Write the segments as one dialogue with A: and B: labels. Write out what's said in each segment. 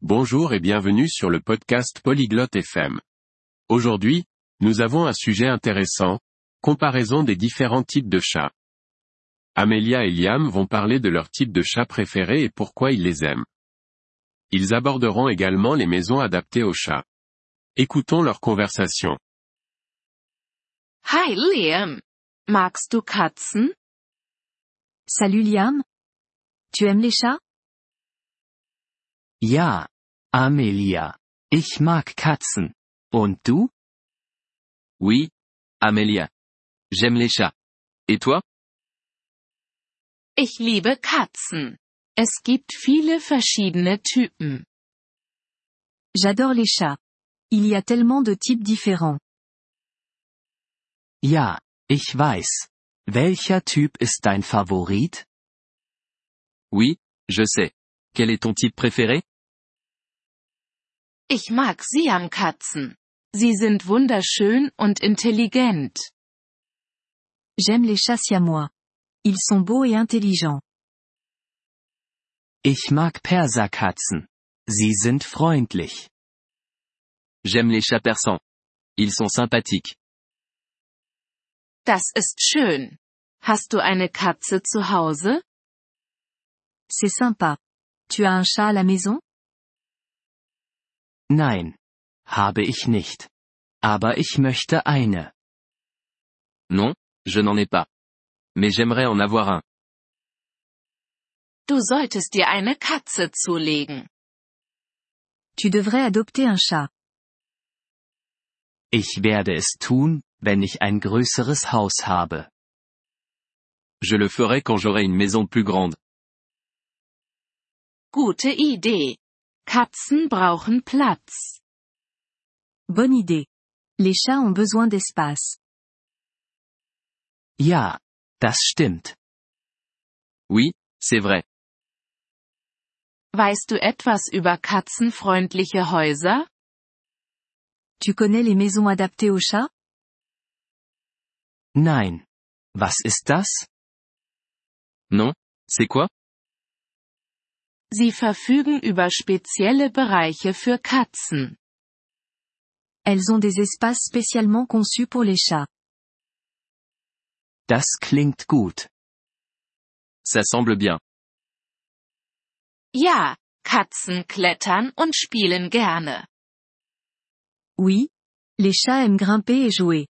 A: Bonjour et bienvenue sur le podcast Polyglotte FM. Aujourd'hui, nous avons un sujet intéressant, comparaison des différents types de chats. Amelia et Liam vont parler de leur type de chat préféré et pourquoi ils les aiment. Ils aborderont également les maisons adaptées aux chats. Écoutons leur conversation.
B: Hi Liam. Magst du Katzen?
C: Salut Liam. Tu aimes les chats?
D: Ja, Amelia. Ich mag Katzen. Und du?
E: Oui, Amelia. J'aime les chats. Et toi?
B: Ich liebe Katzen. Es gibt viele verschiedene Typen.
C: J'adore les chats. Il y a tellement de types différents.
D: Ja, ich weiß. Welcher Typ ist dein Favorit?
E: Oui, je sais. Quel est ton type préféré?
B: Ich mag Siamkatzen. Sie sind wunderschön und intelligent.
C: J'aime les chats siamois. Ils sont beaux et intelligents.
D: Ich mag Perserkatzen. Sie sind freundlich.
E: J'aime les chats persans. Ils sont sympathiques.
B: Das ist schön. Hast du eine Katze zu Hause?
C: C'est sympa. Tu as un chat à la maison?
D: Nein. Habe ich nicht. Aber ich möchte eine.
E: Non, je n'en ai pas. Mais j'aimerais en avoir un.
B: Du solltest dir eine Katze zulegen.
C: Tu devrais adopter un chat.
D: Ich werde es tun, wenn ich ein größeres Haus habe.
E: Je le ferai quand j'aurai une maison plus grande.
B: Gute Idee. Katzen brauchen Platz.
C: Bonne idée. Les chats ont besoin d'espace.
D: Ja, das stimmt.
E: Oui, c'est vrai.
B: Weißt du etwas über katzenfreundliche Häuser?
C: Tu connais les maisons adaptées aux chats?
D: Nein. Was ist das?
E: Non, c'est quoi?
B: Sie verfügen über spezielle Bereiche für Katzen.
C: Elles ont des espaces spécialement conçus pour les chats.
D: Das klingt gut.
E: Ça semble bien.
B: Ja, Katzen klettern und spielen gerne.
C: Oui, les chats aiment grimper et jouer.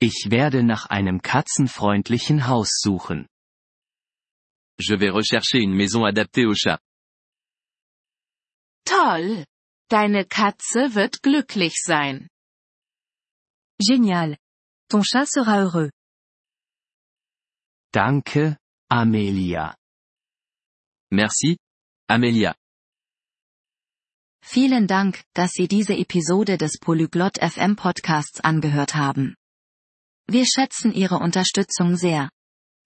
D: Ich werde nach einem katzenfreundlichen Haus suchen.
E: Je vais rechercher une maison adaptée aux chats.
B: Toll! Deine Katze wird glücklich sein.
C: Génial. Ton chat sera heureux.
D: Danke, Amelia.
E: Merci, Amelia.
F: Vielen Dank, dass Sie diese Episode des Polyglot FM Podcasts angehört haben. Wir schätzen Ihre Unterstützung sehr.